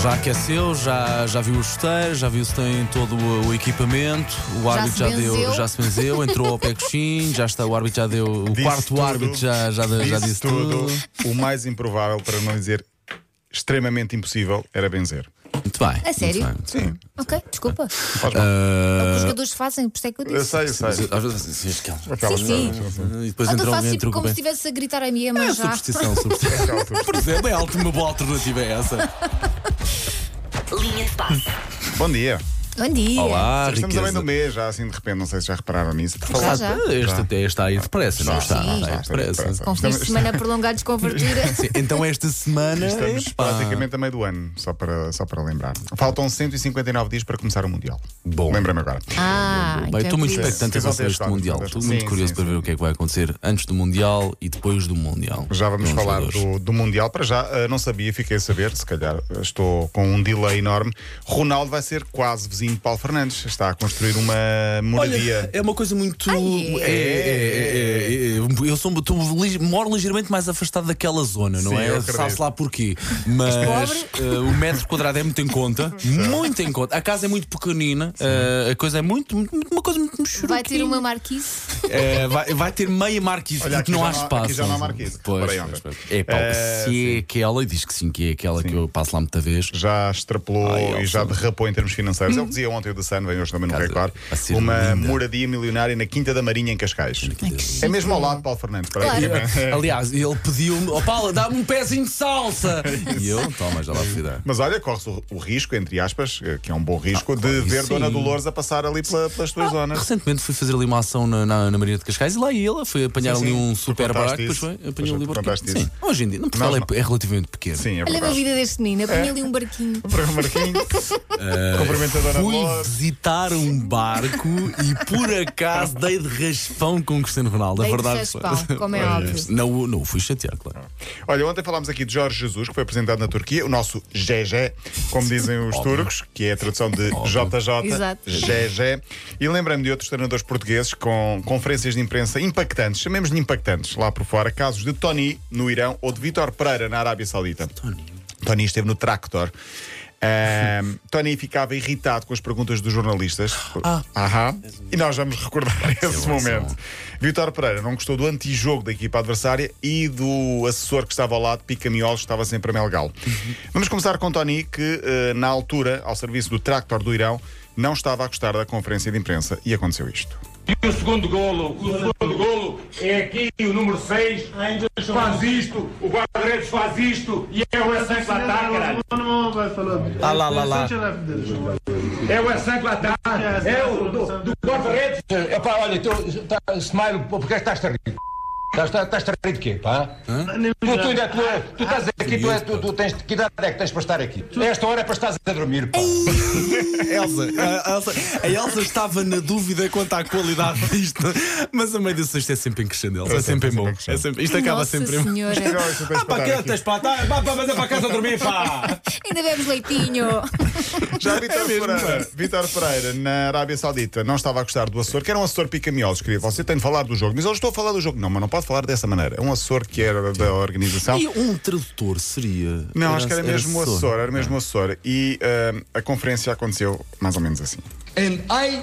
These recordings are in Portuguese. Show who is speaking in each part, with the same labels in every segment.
Speaker 1: Já aqueceu, já, já viu os chuteiros, já viu se tem todo o, o equipamento, o árbitro
Speaker 2: se
Speaker 1: já, deu,
Speaker 2: benzeu.
Speaker 1: já se benzeu, entrou ao pé coxinho, já está, o árbitro já deu. O
Speaker 3: Disse
Speaker 1: quarto
Speaker 3: tudo.
Speaker 1: árbitro já, já, já disse, tudo.
Speaker 3: O mais improvável, para não dizer extremamente impossível, era benzer.
Speaker 1: Muito bem. muito
Speaker 2: É sério?
Speaker 1: bem.
Speaker 3: Sim.
Speaker 2: Ok, desculpa.
Speaker 3: Faz mal.
Speaker 2: É o que os jogadores fazem, por isso é que eu disse.
Speaker 3: eu sei, eu
Speaker 1: Mas,
Speaker 3: sei.
Speaker 1: Às vezes assim, se escala.
Speaker 3: Aquela
Speaker 2: Sim, sim.
Speaker 3: coisa, sim, sim.
Speaker 1: E depois
Speaker 2: Ou tu
Speaker 1: entra
Speaker 2: fazes
Speaker 1: alguém,
Speaker 2: tipo
Speaker 1: entra o
Speaker 2: como se
Speaker 1: pé.
Speaker 2: estivesse a gritar a mim,
Speaker 1: É
Speaker 2: mas já.
Speaker 1: superstição, superstição.
Speaker 3: Aquela coisa.
Speaker 1: Por exemplo, é a última boa alternativa é essa.
Speaker 4: Linha de passe.
Speaker 3: Bom dia.
Speaker 2: Bom dia.
Speaker 1: Olá,
Speaker 3: Estamos a bem
Speaker 1: riqueza.
Speaker 3: no mês, já assim de repente, não sei se já repararam nisso. Por
Speaker 2: Já,
Speaker 3: falar-
Speaker 2: já.
Speaker 1: Este até está aí depressa, não
Speaker 2: Sim,
Speaker 1: está? Está
Speaker 2: sim,
Speaker 1: aí
Speaker 2: já.
Speaker 1: depressa.
Speaker 2: Com fins de semana prolongada desconvertida.
Speaker 1: Sim, Então esta semana.
Speaker 3: Estamos
Speaker 1: epá,
Speaker 3: praticamente a meio do ano, só para, só para lembrar. Faltam 159 dias para começar o Mundial.
Speaker 1: Bom.
Speaker 3: Lembra-me agora.
Speaker 2: Ah, então
Speaker 1: Bem,
Speaker 2: é
Speaker 1: estou muito
Speaker 2: por isso.
Speaker 1: expectante em
Speaker 3: Fiz
Speaker 1: relação a este
Speaker 3: ontem as contas,
Speaker 1: Mundial.
Speaker 3: fiz
Speaker 1: Estou
Speaker 3: ontem.
Speaker 1: muito
Speaker 3: Sim,
Speaker 1: curioso
Speaker 3: sim,
Speaker 1: para
Speaker 3: sim.
Speaker 1: ver o que é que vai acontecer antes do Mundial e depois do Mundial.
Speaker 3: Já vamos
Speaker 1: Com os
Speaker 3: falar
Speaker 1: jogadores.
Speaker 3: do, do Mundial. Para já, eh, não sabia, fiquei a saber, se calhar eh, estou com um delay enorme. Ronaldo vai ser quase vizinho de Paulo Fernandes. Está a construir uma moradia.
Speaker 1: Olha, é uma coisa muito.
Speaker 2: Ai,
Speaker 1: é, é, é, é, eu sou, estou li- moro ligeiramente mais afastado daquela zona, não
Speaker 3: Sim, eu
Speaker 1: é?
Speaker 3: acredito.
Speaker 1: Sabe-se lá porquê. Mas eh, o metro quadrado é muito em conta. muito em conta. A casa é muito pequenina. eh, a coisa é muito. muito- muito- uma coisa muito mexeruquinha.
Speaker 2: Vai ter uma marquise.
Speaker 1: Eh, vai, vai ter meia marquise,
Speaker 3: Olha,
Speaker 1: porque
Speaker 3: aqui
Speaker 1: não
Speaker 3: já
Speaker 1: há
Speaker 3: não há-
Speaker 1: espaço.
Speaker 3: aqui já não há marquise.
Speaker 1: Pois,
Speaker 3: Reparei
Speaker 1: pois,
Speaker 3: ontem.
Speaker 1: pois. É pá,
Speaker 3: Eh,
Speaker 1: se é aquela, e diz que sim, que é aquela que eu passo lá muita vez.
Speaker 3: já extrapolou
Speaker 1: Ai, Elsa.
Speaker 3: e já derrapou em termos financeiros. Ele dizia ontem o da Sun, vem hoje também no
Speaker 1: Casa,
Speaker 3: Record,
Speaker 1: a ser
Speaker 3: uma
Speaker 1: linda.
Speaker 3: moradia milionária na Quinta da Marinha, em Cascais.
Speaker 2: chique.
Speaker 3: É mesmo ao lado de Paulo Fernandes. para
Speaker 2: Claro.
Speaker 3: aqui, não é?
Speaker 1: Aliás, ele pediu-me, ó Paula, dá-me um pezinho de salsa. e eu, toma, já lá fui dar.
Speaker 3: Mas olha, corre-se o, o risco, entre aspas, eh, que é um bom risco, de
Speaker 1: Ah, claro que
Speaker 3: ver
Speaker 1: sim.
Speaker 3: Dona Dolores a passar ali pela- pelas
Speaker 1: Ah,
Speaker 3: tuas zonas.
Speaker 1: Recentemente fui fazer ali uma ação na, na, na Maria de Cascais e lá ia ela foi apanhar
Speaker 3: Sim,
Speaker 1: ali
Speaker 3: sim.
Speaker 1: um
Speaker 3: Tu
Speaker 1: super
Speaker 3: contaste
Speaker 1: barato, depois
Speaker 3: isso.
Speaker 1: foi,
Speaker 3: Pois
Speaker 1: apanhou
Speaker 3: é,
Speaker 1: ali
Speaker 3: tu
Speaker 1: o barquinho.
Speaker 3: contaste
Speaker 1: Sim, hoje em dia, não Portugal
Speaker 3: Nós
Speaker 1: é,
Speaker 3: não.
Speaker 1: é relativamente pequeno.
Speaker 3: Sim, é
Speaker 2: Olha a
Speaker 3: verdade.
Speaker 2: vida deste menino, apanha ali um barquinho.
Speaker 3: Para o Marquinhos, cumprimento a Dona
Speaker 1: Eh, Fui
Speaker 3: Dolores.
Speaker 1: visitar um barco e por acaso dei de raspão com o Cristiano Ronaldo. A
Speaker 2: Dei de
Speaker 1: verdade
Speaker 2: raspão, como é óbvio.
Speaker 1: Não, não, fui chatear, claro.
Speaker 3: Olha, ontem falámos aqui de Jorge Jesus, que foi apresentado na Turquia, o nosso GG, como dizem os turcos, que é a tradução de JJ,
Speaker 2: Exato.
Speaker 3: GG. E lembrei-me de outros treinadores portugueses com conferências de imprensa impactantes, chamemos-lhe impactantes, lá por fora, casos de Tony no Irão ou de Vítor Pereira na Arábia Saudita. Tony. Tony esteve no Tractor. Ahm, Tony ficava irritado com as perguntas dos jornalistas. Aham. E nós vamos recordar esse
Speaker 1: bom, isso é
Speaker 3: momento.
Speaker 1: bom.
Speaker 3: Vítor Pereira não gostou do antijogo da equipa adversária e do assessor que estava ao lado, Pica Miolos, que estava sempre a melgá-lo. Vamos começar com Tony, que eh, na altura, ao serviço do Tractor do Irão, não estava a gostar da conferência de imprensa e aconteceu isto.
Speaker 5: E o segundo golo, o segundo golo é aqui, o número 6 faz isto, o guarda-redes faz isto e é o Essan que lá está, caralho.
Speaker 1: Ah, lá, lá, lá.
Speaker 5: É o Essan que lá está, é o do, do guarda-redes.
Speaker 6: Epá, olha, tu, tá, Smile, pô, porque é que estás-te a rir? Estás- Estás-te a rir de quê, pá? Tu, tu, ainda- tu, tu estás aqui, tu, é- tu, tu tens, que idade é que tens para estar aqui? Esta hora é para estás a dormir, pá.
Speaker 1: Elsa, a, a Elsa, a Elsa estava na dúvida quanto à qualidade disto, mas a meio disso isto é sempre em crescendo, Elsa. É sempre em bom. É sempre, isto acaba
Speaker 2: Nossa
Speaker 1: sempre em bom.
Speaker 2: senhora.
Speaker 1: Ah, pá, que tens pá, tá, vá pá, para casa dormir, pá!
Speaker 2: Ainda bebes leitinho.
Speaker 3: Já Vítor Pereira, Vítor Pereira, na Arábia Saudita, não estava a gostar do assessor, que era um assessor picamiolos, queria, você tem de falar do jogo. Mas eu estou a falar do jogo. Não, mas não pode falar dessa maneira. É um assessor que era da organização.
Speaker 1: E um tradutor seria.
Speaker 3: Não, acho que era mesmo o
Speaker 1: assessor.
Speaker 3: assessor, era mesmo o assessor. E ahm, a conferência aconteceu mais ou menos assim.
Speaker 7: and I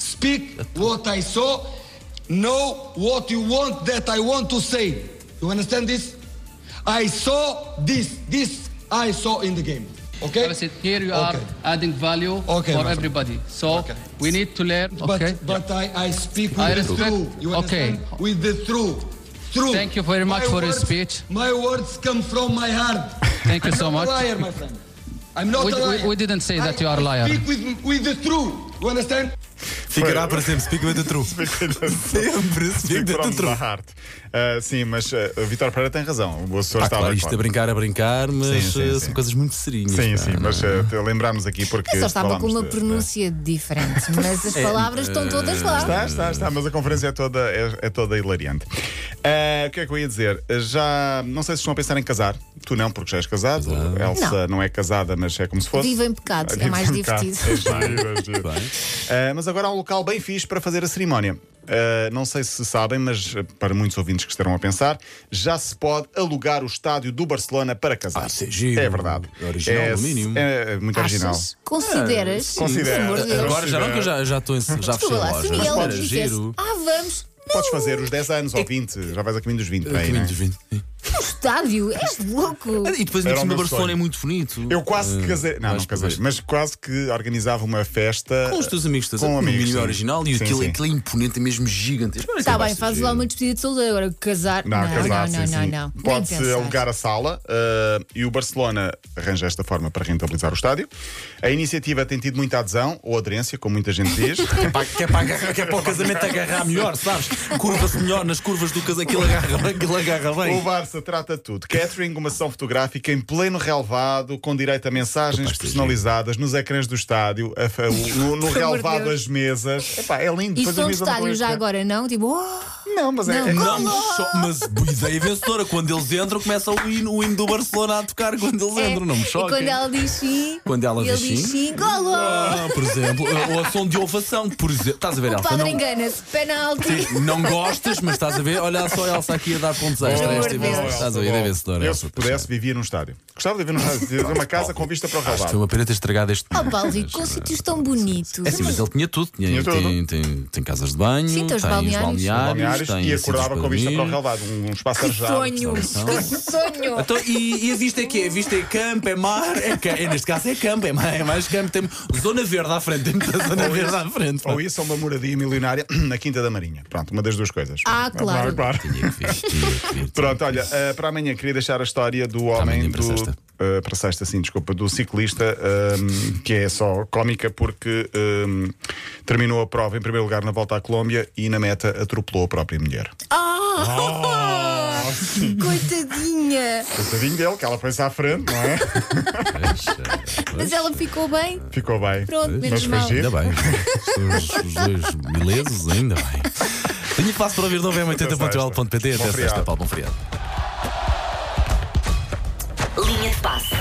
Speaker 7: speak what I saw, know what you want that I want to say. You understand this? I saw this, this I saw in the game. Okay?
Speaker 8: Obviously, here you are
Speaker 7: Okay.
Speaker 8: adding value
Speaker 7: Okay, my
Speaker 8: for
Speaker 7: friend.
Speaker 8: everybody. So
Speaker 7: Okay.
Speaker 8: we need to learn.
Speaker 7: But,
Speaker 8: okay.
Speaker 7: but I, I speak with the
Speaker 8: I respect-
Speaker 7: truth. You
Speaker 8: okay.
Speaker 7: understand? With the truth. Truth.
Speaker 8: Thank you very much
Speaker 7: My
Speaker 8: for your
Speaker 7: words-
Speaker 8: speech.
Speaker 7: My words come from my heart.
Speaker 8: Thank you so
Speaker 7: I'm not
Speaker 8: much.
Speaker 7: A liar, my friend. I'm not
Speaker 8: We-
Speaker 7: a
Speaker 8: we-
Speaker 7: liar.
Speaker 8: we didn't say that
Speaker 7: I-
Speaker 8: you are a liar.
Speaker 7: I speak with, with the truth. You understand?
Speaker 1: Ficará para sempre, speak with the truth. sempre, speak with the
Speaker 3: From the
Speaker 1: truth.
Speaker 3: heart. Ah, sim, mas ah, o Vítor Pereira tem razão. O assessor
Speaker 1: Pá,
Speaker 3: estava.
Speaker 1: Ah, claro, isto é a
Speaker 3: claro.
Speaker 1: brincar, a brincar, mas
Speaker 3: Sim, sim,
Speaker 1: eh,
Speaker 3: sim.
Speaker 1: são coisas muito serinhas.
Speaker 3: Sim,
Speaker 1: pá,
Speaker 3: sim,
Speaker 1: não é?
Speaker 3: mas ah, lembrámos aqui porque.
Speaker 2: Eu só estava com
Speaker 3: falámos
Speaker 2: uma
Speaker 3: de-
Speaker 2: pronúncia diferente, mas as palavras estão todas lá.
Speaker 3: Está, está, está, mas a conferência é toda, é, é toda hilariante. Ah, o que é que eu ia dizer? Já não sei se estão a pensar em casar. Tu não, porque já és casado. Elsa não. é casada, mas é como se fosse.
Speaker 2: Viva em pecado, é
Speaker 3: Viva
Speaker 2: mais
Speaker 3: em pecado.
Speaker 2: divertido.
Speaker 3: Eh, É giro, é giro. Ah, mas agora há um local bem fixe para fazer a cerimónia. Uh, não sei se sabem, mas uh, para muitos ouvintes que estarão a pensar, já se pode alugar o estádio do Barcelona para casar.
Speaker 1: Ah, isso é giro.
Speaker 3: É verdade.
Speaker 1: Original,
Speaker 3: é,
Speaker 1: no mínimo.
Speaker 3: É, muito original.
Speaker 2: Achas? Consideras? Por
Speaker 3: Considero.
Speaker 2: amor de Deus.
Speaker 3: Agora
Speaker 1: Agora já não, que eu já, já estou em, já fechei
Speaker 2: Desculpa
Speaker 1: a
Speaker 2: lá, assim, se
Speaker 1: loja.
Speaker 2: Miguel
Speaker 1: Mas era
Speaker 2: dissesse,
Speaker 1: giro.
Speaker 2: ah, vamos,
Speaker 3: Podes fazer os 10 anos
Speaker 2: É
Speaker 3: ou 20, já vais a caminho dos 20. para aí,
Speaker 1: Caminho
Speaker 3: né?
Speaker 1: dos vinte.
Speaker 2: estádio, és louco.
Speaker 1: Ah, E depois
Speaker 3: Era
Speaker 1: ainda por cima o
Speaker 3: o meu
Speaker 1: Barcelona
Speaker 3: sonho.
Speaker 1: é muito bonito.
Speaker 3: Eu quase que
Speaker 1: Ah,
Speaker 3: casei. Não,
Speaker 1: vais
Speaker 3: não casei,
Speaker 1: por aí.
Speaker 3: mas quase que organizava uma festa.
Speaker 1: Com os teus amigos, estás a
Speaker 3: com
Speaker 1: ver?
Speaker 3: amigos,
Speaker 1: No
Speaker 3: sim.
Speaker 1: mínimo original e
Speaker 3: Sim,
Speaker 1: aquilo
Speaker 3: sim.
Speaker 1: aquilo é imponente, é mesmo gigantesco. Mas
Speaker 2: Está
Speaker 1: vai
Speaker 2: Tá bem,
Speaker 1: ser
Speaker 2: fazes
Speaker 1: giro.
Speaker 2: lá uma despedida de solteiro. Agora,
Speaker 1: é
Speaker 2: casar.
Speaker 3: Não, casar,
Speaker 2: não,
Speaker 3: sim,
Speaker 2: não,
Speaker 3: sim.
Speaker 2: não, não. Nem
Speaker 3: Pode-se
Speaker 2: pensar.
Speaker 3: alugar a sala uh, e o Barcelona arranja esta forma para rentabilizar o estádio. A iniciativa tem tido muita adesão ou aderência, como muita gente diz.
Speaker 1: Pá, que, é para agarrar- que é para o casamento agarrar melhor, sabes? Curva-se melhor nas curvas do casamento, aquilo agarra bem, aquilo agarra
Speaker 3: o
Speaker 1: bem.
Speaker 3: Barça trata de tudo. Catering, uma sessão fotográfica em pleno relevado, com direito a mensagens personalizadas nos ecrãs do estádio, a fa- o- no, no relevado
Speaker 2: Deus.
Speaker 3: as mesas. Epá, é lindo.
Speaker 2: E
Speaker 3: Depois
Speaker 2: são
Speaker 3: a
Speaker 2: de
Speaker 3: mesa
Speaker 2: estádio
Speaker 3: depois,
Speaker 2: já
Speaker 3: né?
Speaker 2: agora, não? Tipo, oh,
Speaker 3: Não, mas é.
Speaker 2: Não.
Speaker 3: é-
Speaker 1: Não, mas só, mas boa ideia vencedora. Quando eles entram, começa o hino, o hino do Barcelona a tocar quando eles
Speaker 2: é.
Speaker 1: entram, não me
Speaker 2: E
Speaker 1: choca.
Speaker 2: quando ela diz sim,
Speaker 1: Quando ela
Speaker 2: ele
Speaker 1: diz
Speaker 2: diz
Speaker 1: sim.
Speaker 2: sim, golo!
Speaker 1: Ah, por exemplo, ou a som de ovação, por exemplo. Estás a ver,
Speaker 2: O
Speaker 1: Elsa?
Speaker 2: padre
Speaker 1: Não,
Speaker 2: engana-se, penalti.
Speaker 1: Sim, não gostas, mas estás a ver? Olha só a Elsa aqui a dar pontos extra. Esta
Speaker 2: Pelo amor de
Speaker 1: vez.
Speaker 2: Deus.
Speaker 1: Estás a ver? É vencedora.
Speaker 3: Eu,
Speaker 1: Elsa,
Speaker 3: se
Speaker 1: estás
Speaker 3: pudesse, vivia num estádio. Gostava de viver num estádio, de ter uma casa com vista para o
Speaker 1: a ver. Foi
Speaker 3: relevado.
Speaker 1: uma pena ter estragado este.
Speaker 2: Oh, Paulo Rico, com sítios tão bonitos.
Speaker 1: É sim, mas ele tinha tudo. Tinha,
Speaker 3: Tinha tudo.
Speaker 1: Tem, tem- tem casas de banho,
Speaker 2: Sim, tem
Speaker 1: tem
Speaker 2: os
Speaker 1: os
Speaker 2: balneários.
Speaker 1: balneários,
Speaker 3: Balneários
Speaker 1: tem
Speaker 3: e
Speaker 1: sítios
Speaker 3: acordava com a vista
Speaker 1: dormir.
Speaker 3: para o relevado, um, um espaço
Speaker 2: Que
Speaker 3: arejado.
Speaker 2: sonho! Que sonho!
Speaker 1: Então, e, e a vista é que é? A vista é campo, é mar, é, ca- é, neste caso é campo, é mais, é mais campo. Tem zona verde à frente, tem muita zona verde à frente.
Speaker 3: Ou isso ou uma moradia milionária na Quinta da Marinha. Pronto, uma das duas coisas.
Speaker 2: Ah,
Speaker 1: é
Speaker 2: claro.
Speaker 1: Tinha que ver, tinha que ver.
Speaker 3: Pronto, olha, eh, para amanhã queria deixar a história do homem
Speaker 1: amanhã,
Speaker 3: do.
Speaker 1: para sexta.
Speaker 3: eh, para sexta, sim, desculpa, do ciclista, ehm, que é só cómica porque ehm, terminou a prova em primeiro lugar na volta à Colômbia e na meta atropelou a própria mulher.
Speaker 2: Ah! Coitadinha!
Speaker 3: Coitadinho dele, que ela foi-se à frente, não é?
Speaker 2: Mas ela ficou bem?
Speaker 3: Ficou bem.
Speaker 2: Pronto, menos
Speaker 3: Mas
Speaker 2: mal.
Speaker 3: foi giro.
Speaker 1: Ainda bem, os, os dois milesos, ainda bem. Tenho que passo para ouvir é novembro80.pt.
Speaker 3: Bom
Speaker 1: Até sexta,
Speaker 3: feriado.
Speaker 1: Paulo, bom feriado.
Speaker 4: Linha de passe.